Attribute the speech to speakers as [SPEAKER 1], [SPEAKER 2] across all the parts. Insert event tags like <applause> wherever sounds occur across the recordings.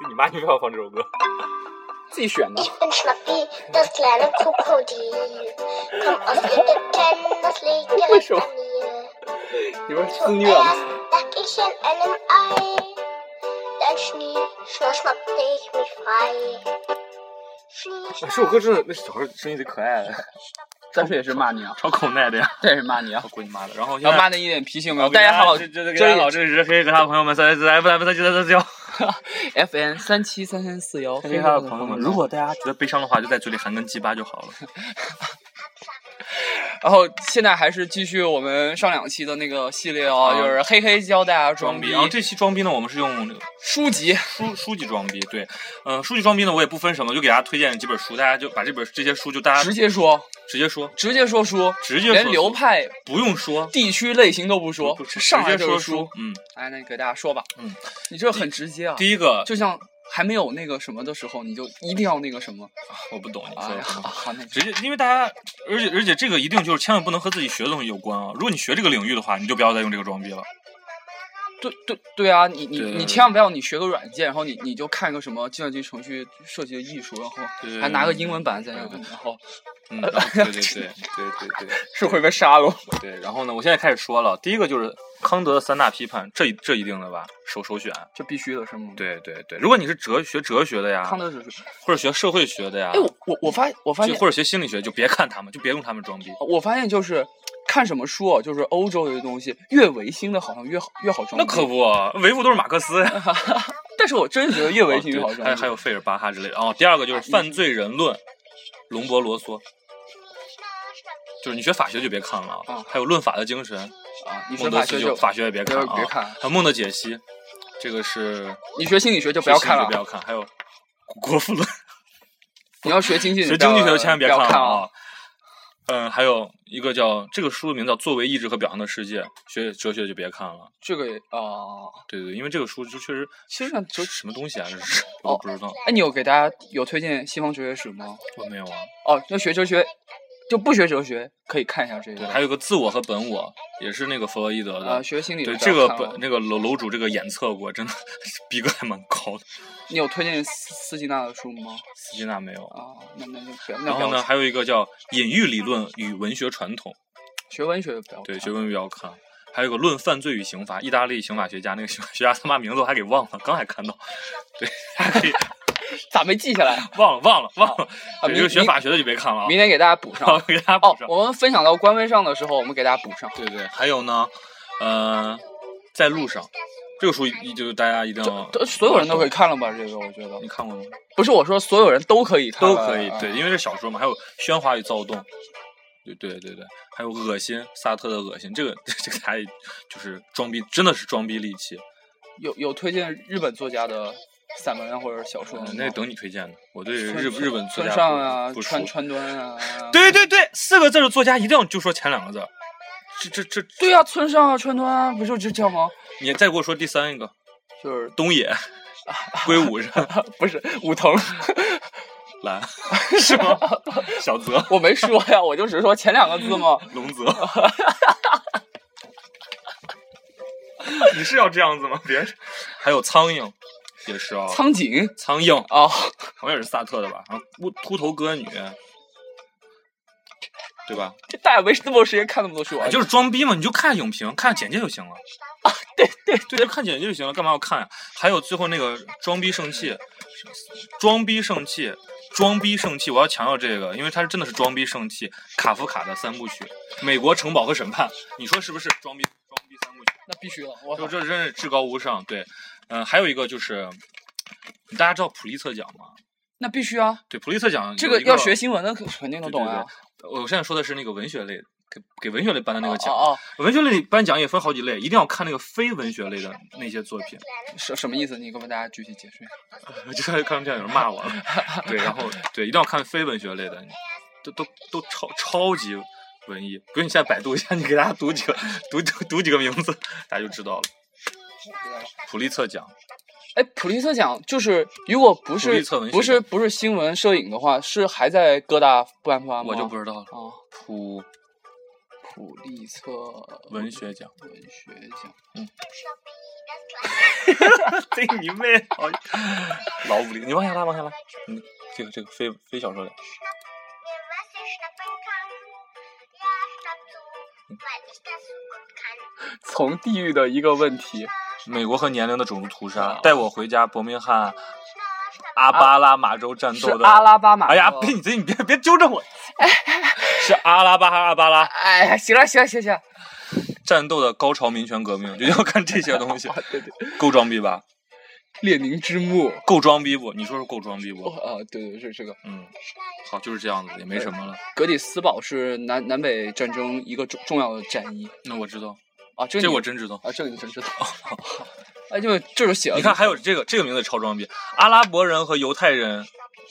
[SPEAKER 1] 就你妈就要放这首歌，自己选的。
[SPEAKER 2] Even Fluffy does Lana Cody. Come on, you can not sleep in
[SPEAKER 1] Wait, sure. 你说自虐吗？
[SPEAKER 2] lag ich in einem Ei. Dann Schnee, schnell schnappte ich mich frei. Schnee,
[SPEAKER 1] 这首歌真的，那小孩声音贼可爱的，
[SPEAKER 3] 但是也是骂你啊，
[SPEAKER 1] 超口奶的呀！
[SPEAKER 3] 这是骂你啊
[SPEAKER 1] 我，滚你妈的！然后现
[SPEAKER 3] 要
[SPEAKER 1] 在
[SPEAKER 3] 骂的一点脾性没有。大家好，
[SPEAKER 1] 啊这这这
[SPEAKER 3] 这里
[SPEAKER 1] 给大家好，这里是黑黑他朋友们三三三三三三三三。
[SPEAKER 3] FN 三七三三四幺，
[SPEAKER 1] 黑他的朋友们，如果大家觉得悲伤的话，就在嘴里含根鸡巴就好了。
[SPEAKER 3] 然后现在还是继续我们上两期的那个系列哦，
[SPEAKER 1] 啊
[SPEAKER 3] 就是黑黑教大家
[SPEAKER 1] 装
[SPEAKER 3] 逼
[SPEAKER 1] 逼，然后这期装逼呢，我们是用那个
[SPEAKER 3] 书籍，
[SPEAKER 1] 书书籍装逼，对，嗯、书籍装逼呢，我也不分什么，就给大家推荐几本书，大家就把这本这些书就大家
[SPEAKER 3] 直接说，
[SPEAKER 1] 直接说，
[SPEAKER 3] 直接说书，
[SPEAKER 1] 啊直接
[SPEAKER 3] 连
[SPEAKER 1] 说
[SPEAKER 3] 流派、
[SPEAKER 1] 不用说，
[SPEAKER 3] 地区类型都不说，
[SPEAKER 1] 不
[SPEAKER 3] 上来
[SPEAKER 1] 直
[SPEAKER 3] 就
[SPEAKER 1] 接
[SPEAKER 3] 是
[SPEAKER 1] 说书。，嗯，
[SPEAKER 3] 哎，那你给大家说吧，
[SPEAKER 1] 嗯，
[SPEAKER 3] 你这很直接啊，
[SPEAKER 1] 第一个
[SPEAKER 3] 就像还没有那个什么的时候，你就一定要那个什么，
[SPEAKER 1] 我不懂你说
[SPEAKER 3] 哎
[SPEAKER 1] 的
[SPEAKER 3] 呀，
[SPEAKER 1] 什么。
[SPEAKER 3] 好，那
[SPEAKER 1] 直接，因为大家，而且而且这个一定就是千万不能和自己学的东西有关啊！如果你学这个领域的话，你就不要再用这个装逼了。
[SPEAKER 3] 对对对啊，你你
[SPEAKER 1] 对对
[SPEAKER 3] 你
[SPEAKER 1] 对
[SPEAKER 3] 千万不要你学个软件，然后你你就看个什么计算机程序设计的艺术，然后
[SPEAKER 1] 对对对
[SPEAKER 3] 还拿个英文版在那
[SPEAKER 1] 对
[SPEAKER 3] 里，然后
[SPEAKER 1] 嗯，然后对对对对对对
[SPEAKER 3] 是会被杀了。
[SPEAKER 1] 对。然后呢，我现在开始说了，第一个就是康德的三大批判，这一这一定的吧，首首选。
[SPEAKER 3] 这必须的是吗？，
[SPEAKER 1] 对对对，如果你是哲学哲学的呀，
[SPEAKER 3] 康德只是，
[SPEAKER 1] 或者学社会学的呀
[SPEAKER 3] 哎，，我我我发我发
[SPEAKER 1] 就
[SPEAKER 3] 现，
[SPEAKER 1] 或者学心理学，就别看他们，就别用他们装逼。
[SPEAKER 3] 我发现就是看什么书哦，就是欧洲有些东西越维新的，好像越好越好装逼。
[SPEAKER 1] 那可，不，维护都是马克思
[SPEAKER 3] <laughs>
[SPEAKER 1] 呀。
[SPEAKER 3] 但是我真的觉得越维新越好
[SPEAKER 1] 哦
[SPEAKER 3] 嗯
[SPEAKER 1] 对
[SPEAKER 3] 装逼。
[SPEAKER 1] 还有还有费尔巴哈之类的。哦，第二个就是犯罪人论，龙博罗梭，就是你学法学就别看了
[SPEAKER 3] 啊
[SPEAKER 1] 还有论法的精神，
[SPEAKER 3] 啊，你学
[SPEAKER 1] 孟德
[SPEAKER 3] 法
[SPEAKER 1] 斯
[SPEAKER 3] 学
[SPEAKER 1] 就
[SPEAKER 3] 就
[SPEAKER 1] 法学也别看啊，
[SPEAKER 3] 别看
[SPEAKER 1] 还有梦的解析，这个是
[SPEAKER 3] 你学心理学就不要看
[SPEAKER 1] 学心理学不
[SPEAKER 3] 了，
[SPEAKER 1] 要看，还有国富论，
[SPEAKER 3] 你要学经济，
[SPEAKER 1] 学
[SPEAKER 3] 你不要
[SPEAKER 1] 经济学就千万别
[SPEAKER 3] 嗯不要
[SPEAKER 1] 了
[SPEAKER 3] 看
[SPEAKER 1] 啊。。嗯，还有一个叫这个书的名字叫《作为意志和表象的世界》，学哲学就别看了。
[SPEAKER 3] 这个啊，
[SPEAKER 1] 对对对，因为这个书就确实
[SPEAKER 3] 其实上
[SPEAKER 1] 这
[SPEAKER 3] 哲，
[SPEAKER 1] 什么东西啊，这是我
[SPEAKER 3] 哦
[SPEAKER 1] 都不知道。
[SPEAKER 3] 哎，你有给大家有推荐西方哲学史吗？
[SPEAKER 1] 我没有啊。
[SPEAKER 3] 哦，那学哲学就不学哲学，可以看一下这
[SPEAKER 1] 对，
[SPEAKER 3] 个。
[SPEAKER 1] 还有一个自我和本我，也是那个弗洛伊德的。
[SPEAKER 3] 啊，学心理
[SPEAKER 1] 对
[SPEAKER 3] 的
[SPEAKER 1] 这个
[SPEAKER 3] 看了
[SPEAKER 1] 本那个楼楼主这个演测过，真的 <laughs> 逼格还蛮高的。
[SPEAKER 3] 你有推荐斯斯基纳的书吗？
[SPEAKER 1] 斯金纳没有。
[SPEAKER 3] 啊，那那就不要，那
[SPEAKER 1] 然后
[SPEAKER 3] 不要
[SPEAKER 1] 呢，还有一个叫《隐喻理论与文学传统》，
[SPEAKER 3] 学文学不要看。
[SPEAKER 1] 对，学问不要看。还有一个《论犯罪与刑罚》，意大利刑法学家，那个刑法学家他妈名字我还给忘了，刚还看到， <laughs> 对，还可以
[SPEAKER 3] 咋没记下来？
[SPEAKER 1] 忘了忘了忘了，
[SPEAKER 3] 啊
[SPEAKER 1] 对
[SPEAKER 3] 明
[SPEAKER 1] 这个学
[SPEAKER 3] 明
[SPEAKER 1] 法学的就别看了啊，
[SPEAKER 3] 明天给大家
[SPEAKER 1] <laughs>
[SPEAKER 3] 补
[SPEAKER 1] 我
[SPEAKER 3] 上。
[SPEAKER 1] 给大家
[SPEAKER 3] 哦
[SPEAKER 1] 补上，。
[SPEAKER 3] 我们分享到官微上的时候，我们给大家补上。
[SPEAKER 1] 对对，还有呢，呃，在路上这个书一就是大家一定要
[SPEAKER 3] 都所有人都可以看了吧？这个我觉得
[SPEAKER 1] 你看过吗？
[SPEAKER 3] 不是我说所有人都可以看
[SPEAKER 1] 都
[SPEAKER 3] 了，
[SPEAKER 1] 可以，对，
[SPEAKER 3] 啊
[SPEAKER 1] 因为是小说嘛，还有《喧哗与躁动》，对对对对，还有《恶心》，萨特的《恶心》，这个 <laughs> 这个还就是装逼，真的是装逼利器。
[SPEAKER 3] 有有推荐日本作家的散文啊或者小说吗？
[SPEAKER 1] 呃嗯那等你推荐的，我对
[SPEAKER 3] 村
[SPEAKER 1] 日日本作
[SPEAKER 3] 村
[SPEAKER 1] 家
[SPEAKER 3] 上
[SPEAKER 1] 不
[SPEAKER 3] 啊，
[SPEAKER 1] 不熟
[SPEAKER 3] 川川端啊，
[SPEAKER 1] 对对对，四个字的作家一定要就说前两个字儿。这这这，
[SPEAKER 3] 对啊，村上啊，川端啊，不就就这样吗？
[SPEAKER 1] 你再给我说第三个
[SPEAKER 3] 就是
[SPEAKER 1] 东
[SPEAKER 3] <laughs>
[SPEAKER 1] 野圭吾是吧
[SPEAKER 3] 不是武藤， <laughs>
[SPEAKER 1] 蓝是吗？小泽
[SPEAKER 3] 我没说呀，我就只是说前两个字嘛。
[SPEAKER 1] 龙
[SPEAKER 3] <laughs>
[SPEAKER 1] 泽，你是要这样子吗？别，还有苍蝇，也是啊，
[SPEAKER 3] 苍井
[SPEAKER 1] 苍蝇
[SPEAKER 3] 哦，
[SPEAKER 1] 好像也是萨特的吧？然后秃秃头歌女，对吧？
[SPEAKER 3] 这大家没那么多时间看那么多书啊，
[SPEAKER 1] 哎就是装逼嘛，你就看影评、看简介就行了。啊对对对，就看简介就行了，干嘛要看呀、还有最后那个装逼生气，装逼生气，装逼生气，我要强调这个，因为它是真的是装逼生气。卡夫卡的三部曲《美国城堡和审判》，你说是不是装逼装逼三部曲？
[SPEAKER 3] 那必须的。我
[SPEAKER 1] 就这真是至高无上。对，嗯、还有一个就是，大家知道普利策奖吗？
[SPEAKER 3] 那必须啊，
[SPEAKER 1] 对，普利策奖
[SPEAKER 3] 这
[SPEAKER 1] 有
[SPEAKER 3] 个
[SPEAKER 1] 一
[SPEAKER 3] 要学新闻的肯肯定能懂
[SPEAKER 1] 对
[SPEAKER 3] 啊。
[SPEAKER 1] 对对我现在说的是那个文学类，给给文学类颁的那个奖。
[SPEAKER 3] 哦哦，
[SPEAKER 1] 文学类颁奖也分好几类，一定要看那个非文学类的那些作品。 <laughs>
[SPEAKER 3] 什什么意思？你给我们大家具体解释。
[SPEAKER 1] 就看看这样有人骂我了。 <laughs> 对，然后对，一定要看非文学类的，都都都超超级文艺。不用你现在百度一下，你给大家读几个读读读几个名字，大家就知道了。普利策奖，
[SPEAKER 3] 哎，普利策奖就是如果不
[SPEAKER 1] 普
[SPEAKER 3] 是
[SPEAKER 1] 利策文学
[SPEAKER 3] 不是
[SPEAKER 1] 奖
[SPEAKER 3] 不是新闻摄影的话，是还在各大颁发吗？
[SPEAKER 1] 我就不知道了。
[SPEAKER 3] 啊，
[SPEAKER 1] 普
[SPEAKER 3] 普利策
[SPEAKER 1] 文学奖。
[SPEAKER 3] 文学奖。
[SPEAKER 1] <laughs> 对你妹！好老五零，你往下拉，往下拉。嗯，这个这个非非小说类。
[SPEAKER 3] 从地狱的一个问题，
[SPEAKER 1] 美国和年龄的种族屠杀，带我回家，伯明翰阿巴拉马州战
[SPEAKER 3] 是
[SPEAKER 1] 斗的。
[SPEAKER 3] 阿拉巴马州。
[SPEAKER 1] 哎呀，别你这你别别纠正 <laughs> 我。是阿拉巴哈阿巴拉
[SPEAKER 3] 哎，行了，行了，行了行了。
[SPEAKER 1] 战斗的高潮民权革命，就要看这些 <laughs> 东西，
[SPEAKER 3] 啊对对，
[SPEAKER 1] 够装逼吧？
[SPEAKER 3] 列宁之墓。
[SPEAKER 1] 够装逼不？你说说够装逼
[SPEAKER 3] 哦
[SPEAKER 1] 不？
[SPEAKER 3] 啊，对对是这个。
[SPEAKER 1] 嗯，好，就是这样子，也没什么了。
[SPEAKER 3] 格里斯堡是南南北战争一个重重要的战役
[SPEAKER 1] 那我知道，
[SPEAKER 3] 啊，这个
[SPEAKER 1] 这
[SPEAKER 3] 你
[SPEAKER 1] 我真知道。
[SPEAKER 3] 啊，这个你真知道。 <laughs> 哎，因为这就写了，
[SPEAKER 1] 你看，还有这个这个名字超装逼，阿拉伯人和犹太人，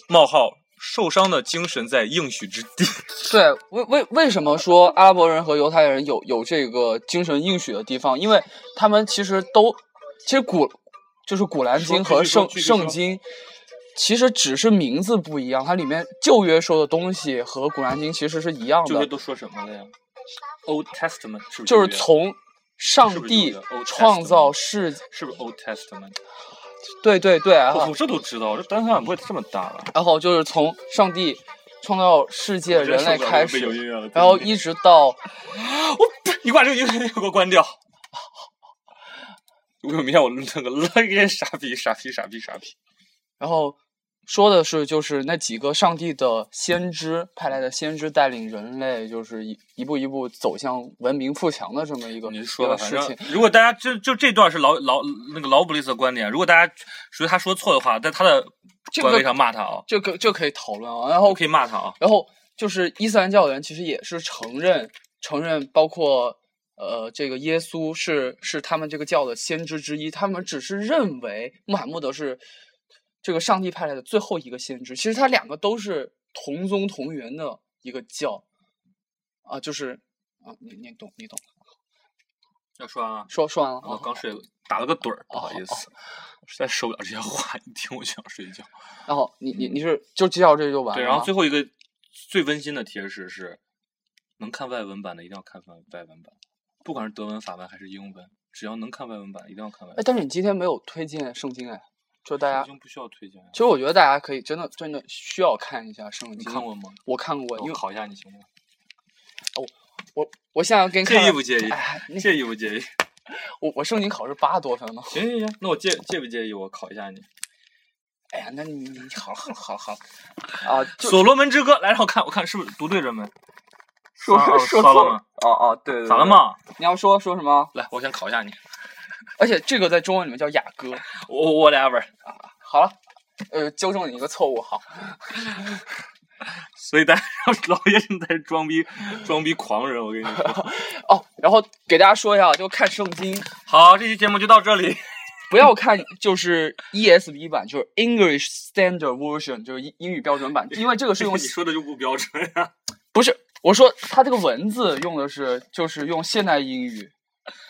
[SPEAKER 1] 冒号受伤的精神在应许之地。
[SPEAKER 3] 对，为为为什么说阿拉伯人和犹太人有有这个精神应许的地方？因为他们其实都，其实古就是《古兰经》
[SPEAKER 1] 说
[SPEAKER 3] 和
[SPEAKER 1] 继续说
[SPEAKER 3] 圣
[SPEAKER 1] 继续说
[SPEAKER 3] 圣经，其实只是名字不一样，它里面旧约说的东西和《古兰经》其实是一样
[SPEAKER 1] 这些
[SPEAKER 3] 的，
[SPEAKER 1] 都说什么了呀？Old Testament 是不是？
[SPEAKER 3] 就是从
[SPEAKER 1] 是
[SPEAKER 3] 上
[SPEAKER 1] 不是
[SPEAKER 3] 帝
[SPEAKER 1] 旧约？Old 哦
[SPEAKER 3] 创造
[SPEAKER 1] Testament
[SPEAKER 3] 世，
[SPEAKER 1] 是不是 Old Testament？
[SPEAKER 3] 对对对，然
[SPEAKER 1] 我
[SPEAKER 3] 后
[SPEAKER 1] 我这都知道，这单反不会这么大吧？
[SPEAKER 3] 然后就是从上帝创造世界人类开
[SPEAKER 1] 我真受不了这个背景
[SPEAKER 3] 始，
[SPEAKER 1] 音乐了
[SPEAKER 3] 然后一直到
[SPEAKER 1] 你把这个音乐给我关掉。 <laughs> 我明天我那个那个傻逼傻逼傻逼傻逼，
[SPEAKER 3] 然后说的是，就是那几个上帝的先知派来的先知带领人类，就是一一步一步走向文明富强的这么一个
[SPEAKER 1] 你说吧，
[SPEAKER 3] 一个
[SPEAKER 1] 反
[SPEAKER 3] 事
[SPEAKER 1] 正
[SPEAKER 3] 情。
[SPEAKER 1] 如果大家这就这段是老老那个老布利斯的观点，如果大家觉得他说错的话，在他的
[SPEAKER 3] 这个
[SPEAKER 1] 官位上骂他啊，
[SPEAKER 3] 就可就可以讨论啊。然
[SPEAKER 1] 我
[SPEAKER 3] 后
[SPEAKER 1] 可以骂他啊。
[SPEAKER 3] 然后就是伊斯兰教人其实也是承认承认，包括呃这个耶稣是是他们这个教的先知之一，他们只是认为穆罕默德是这个上帝派来的最后一个先知。其实他两个都是同宗同源的一个教啊，就是啊，你你懂你懂，
[SPEAKER 1] 要说完了，
[SPEAKER 3] 说说完了
[SPEAKER 1] 我
[SPEAKER 3] 啊。
[SPEAKER 1] 刚睡了，打了个盹儿，不好
[SPEAKER 3] 哦
[SPEAKER 1] 意思，我实在受不了这些话， <laughs> 一听我就想睡觉。
[SPEAKER 3] 然后你你你是就介绍这就完了吗。
[SPEAKER 1] 对，然后最后一个最温馨的提示是，能看外文版的一定要看外外文版，不管是德文、法文还是英文，只要能看外文版，一定要看外
[SPEAKER 3] 哎，
[SPEAKER 1] 文。
[SPEAKER 3] 但是你今天没有推荐圣经哎，就大家
[SPEAKER 1] 已。经不需要推荐了
[SPEAKER 3] 其。实我觉得大家可以真的真的需要看一下圣经。
[SPEAKER 1] 你看过吗？
[SPEAKER 3] 我看过，因
[SPEAKER 1] 我
[SPEAKER 3] 为
[SPEAKER 1] 考一下你行吗？
[SPEAKER 3] 我我现在给你看
[SPEAKER 1] 介
[SPEAKER 3] 看。
[SPEAKER 1] 意不介意？
[SPEAKER 3] 哎，那
[SPEAKER 1] 介意不介意？
[SPEAKER 3] 我我圣经考试八十多分呢。
[SPEAKER 1] 行行行，那我介介不介意？我考一下你。
[SPEAKER 3] 哎呀，那你你好好好好啊，就
[SPEAKER 1] 所罗门之歌，来让我看，我看是不是读对着没？
[SPEAKER 3] <laughs> 说
[SPEAKER 1] 啊
[SPEAKER 3] 说说
[SPEAKER 1] 撒
[SPEAKER 3] 错
[SPEAKER 1] 了吗
[SPEAKER 3] 了。哦哦，对对。对
[SPEAKER 1] 咋了？嘛？
[SPEAKER 3] 你要说说什么？
[SPEAKER 1] 来，我先考一下你。
[SPEAKER 3] 而且这个在中文里面叫雅歌。
[SPEAKER 1] 我我 whatever。
[SPEAKER 3] 好了，呃，纠正你一个错误，好。
[SPEAKER 1] 所以大家 <laughs> 老爷现在是装逼装逼狂人，我跟你说。
[SPEAKER 3] 哦，然后给大家说一下，就看圣经，
[SPEAKER 1] 好，这期节目就到这里。
[SPEAKER 3] 不要看就是 ESV 版，就是 English Standard Version，就是英英语标准版，因为这个是
[SPEAKER 1] <laughs>
[SPEAKER 3] 用
[SPEAKER 1] 你说的就不标准呀、
[SPEAKER 3] 不是，我说他这个文字用的是就是用现代英语，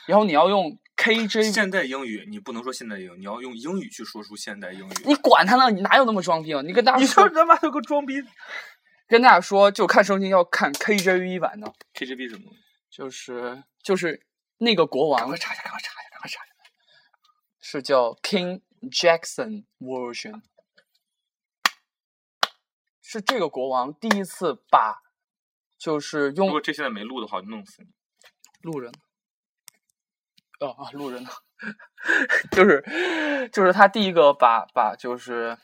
[SPEAKER 3] 然后你要用 KJ，
[SPEAKER 1] 现代英语你不能说现代英语，你要用英语去说出现代英语。
[SPEAKER 3] 你管他呢，你哪有那么装逼啊？你跟大家说，
[SPEAKER 1] 他妈有个装逼
[SPEAKER 3] 跟大家说，就看圣经要看 KJV 版的，
[SPEAKER 1] KGB 什么？
[SPEAKER 3] 就是就是那个国王，
[SPEAKER 1] 查一下，赶快查一下，赶快查一下。
[SPEAKER 3] 是叫 King Jackson Version，是这个国王第一次把就是
[SPEAKER 1] 如
[SPEAKER 3] 用
[SPEAKER 1] 果这现在没录的话，弄死你。
[SPEAKER 3] 路人，啊啊，路人呢？ <laughs> 就是就是他第一个把把就是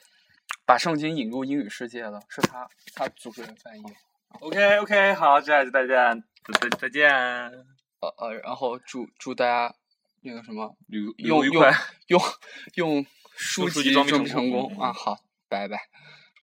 [SPEAKER 3] 把圣经引入英语世界的是他他组织人翻译，
[SPEAKER 1] OK OK，好，这下就再见，再再见。
[SPEAKER 3] 呃呃，然后祝祝大家那个什么
[SPEAKER 1] 旅旅
[SPEAKER 3] 用
[SPEAKER 1] 游愉
[SPEAKER 3] 用
[SPEAKER 1] 快。
[SPEAKER 3] 用用书
[SPEAKER 1] 书
[SPEAKER 3] 籍
[SPEAKER 1] 籍装逼
[SPEAKER 3] 装逼
[SPEAKER 1] 成
[SPEAKER 3] 成
[SPEAKER 1] 功
[SPEAKER 3] 功啊，好，拜拜。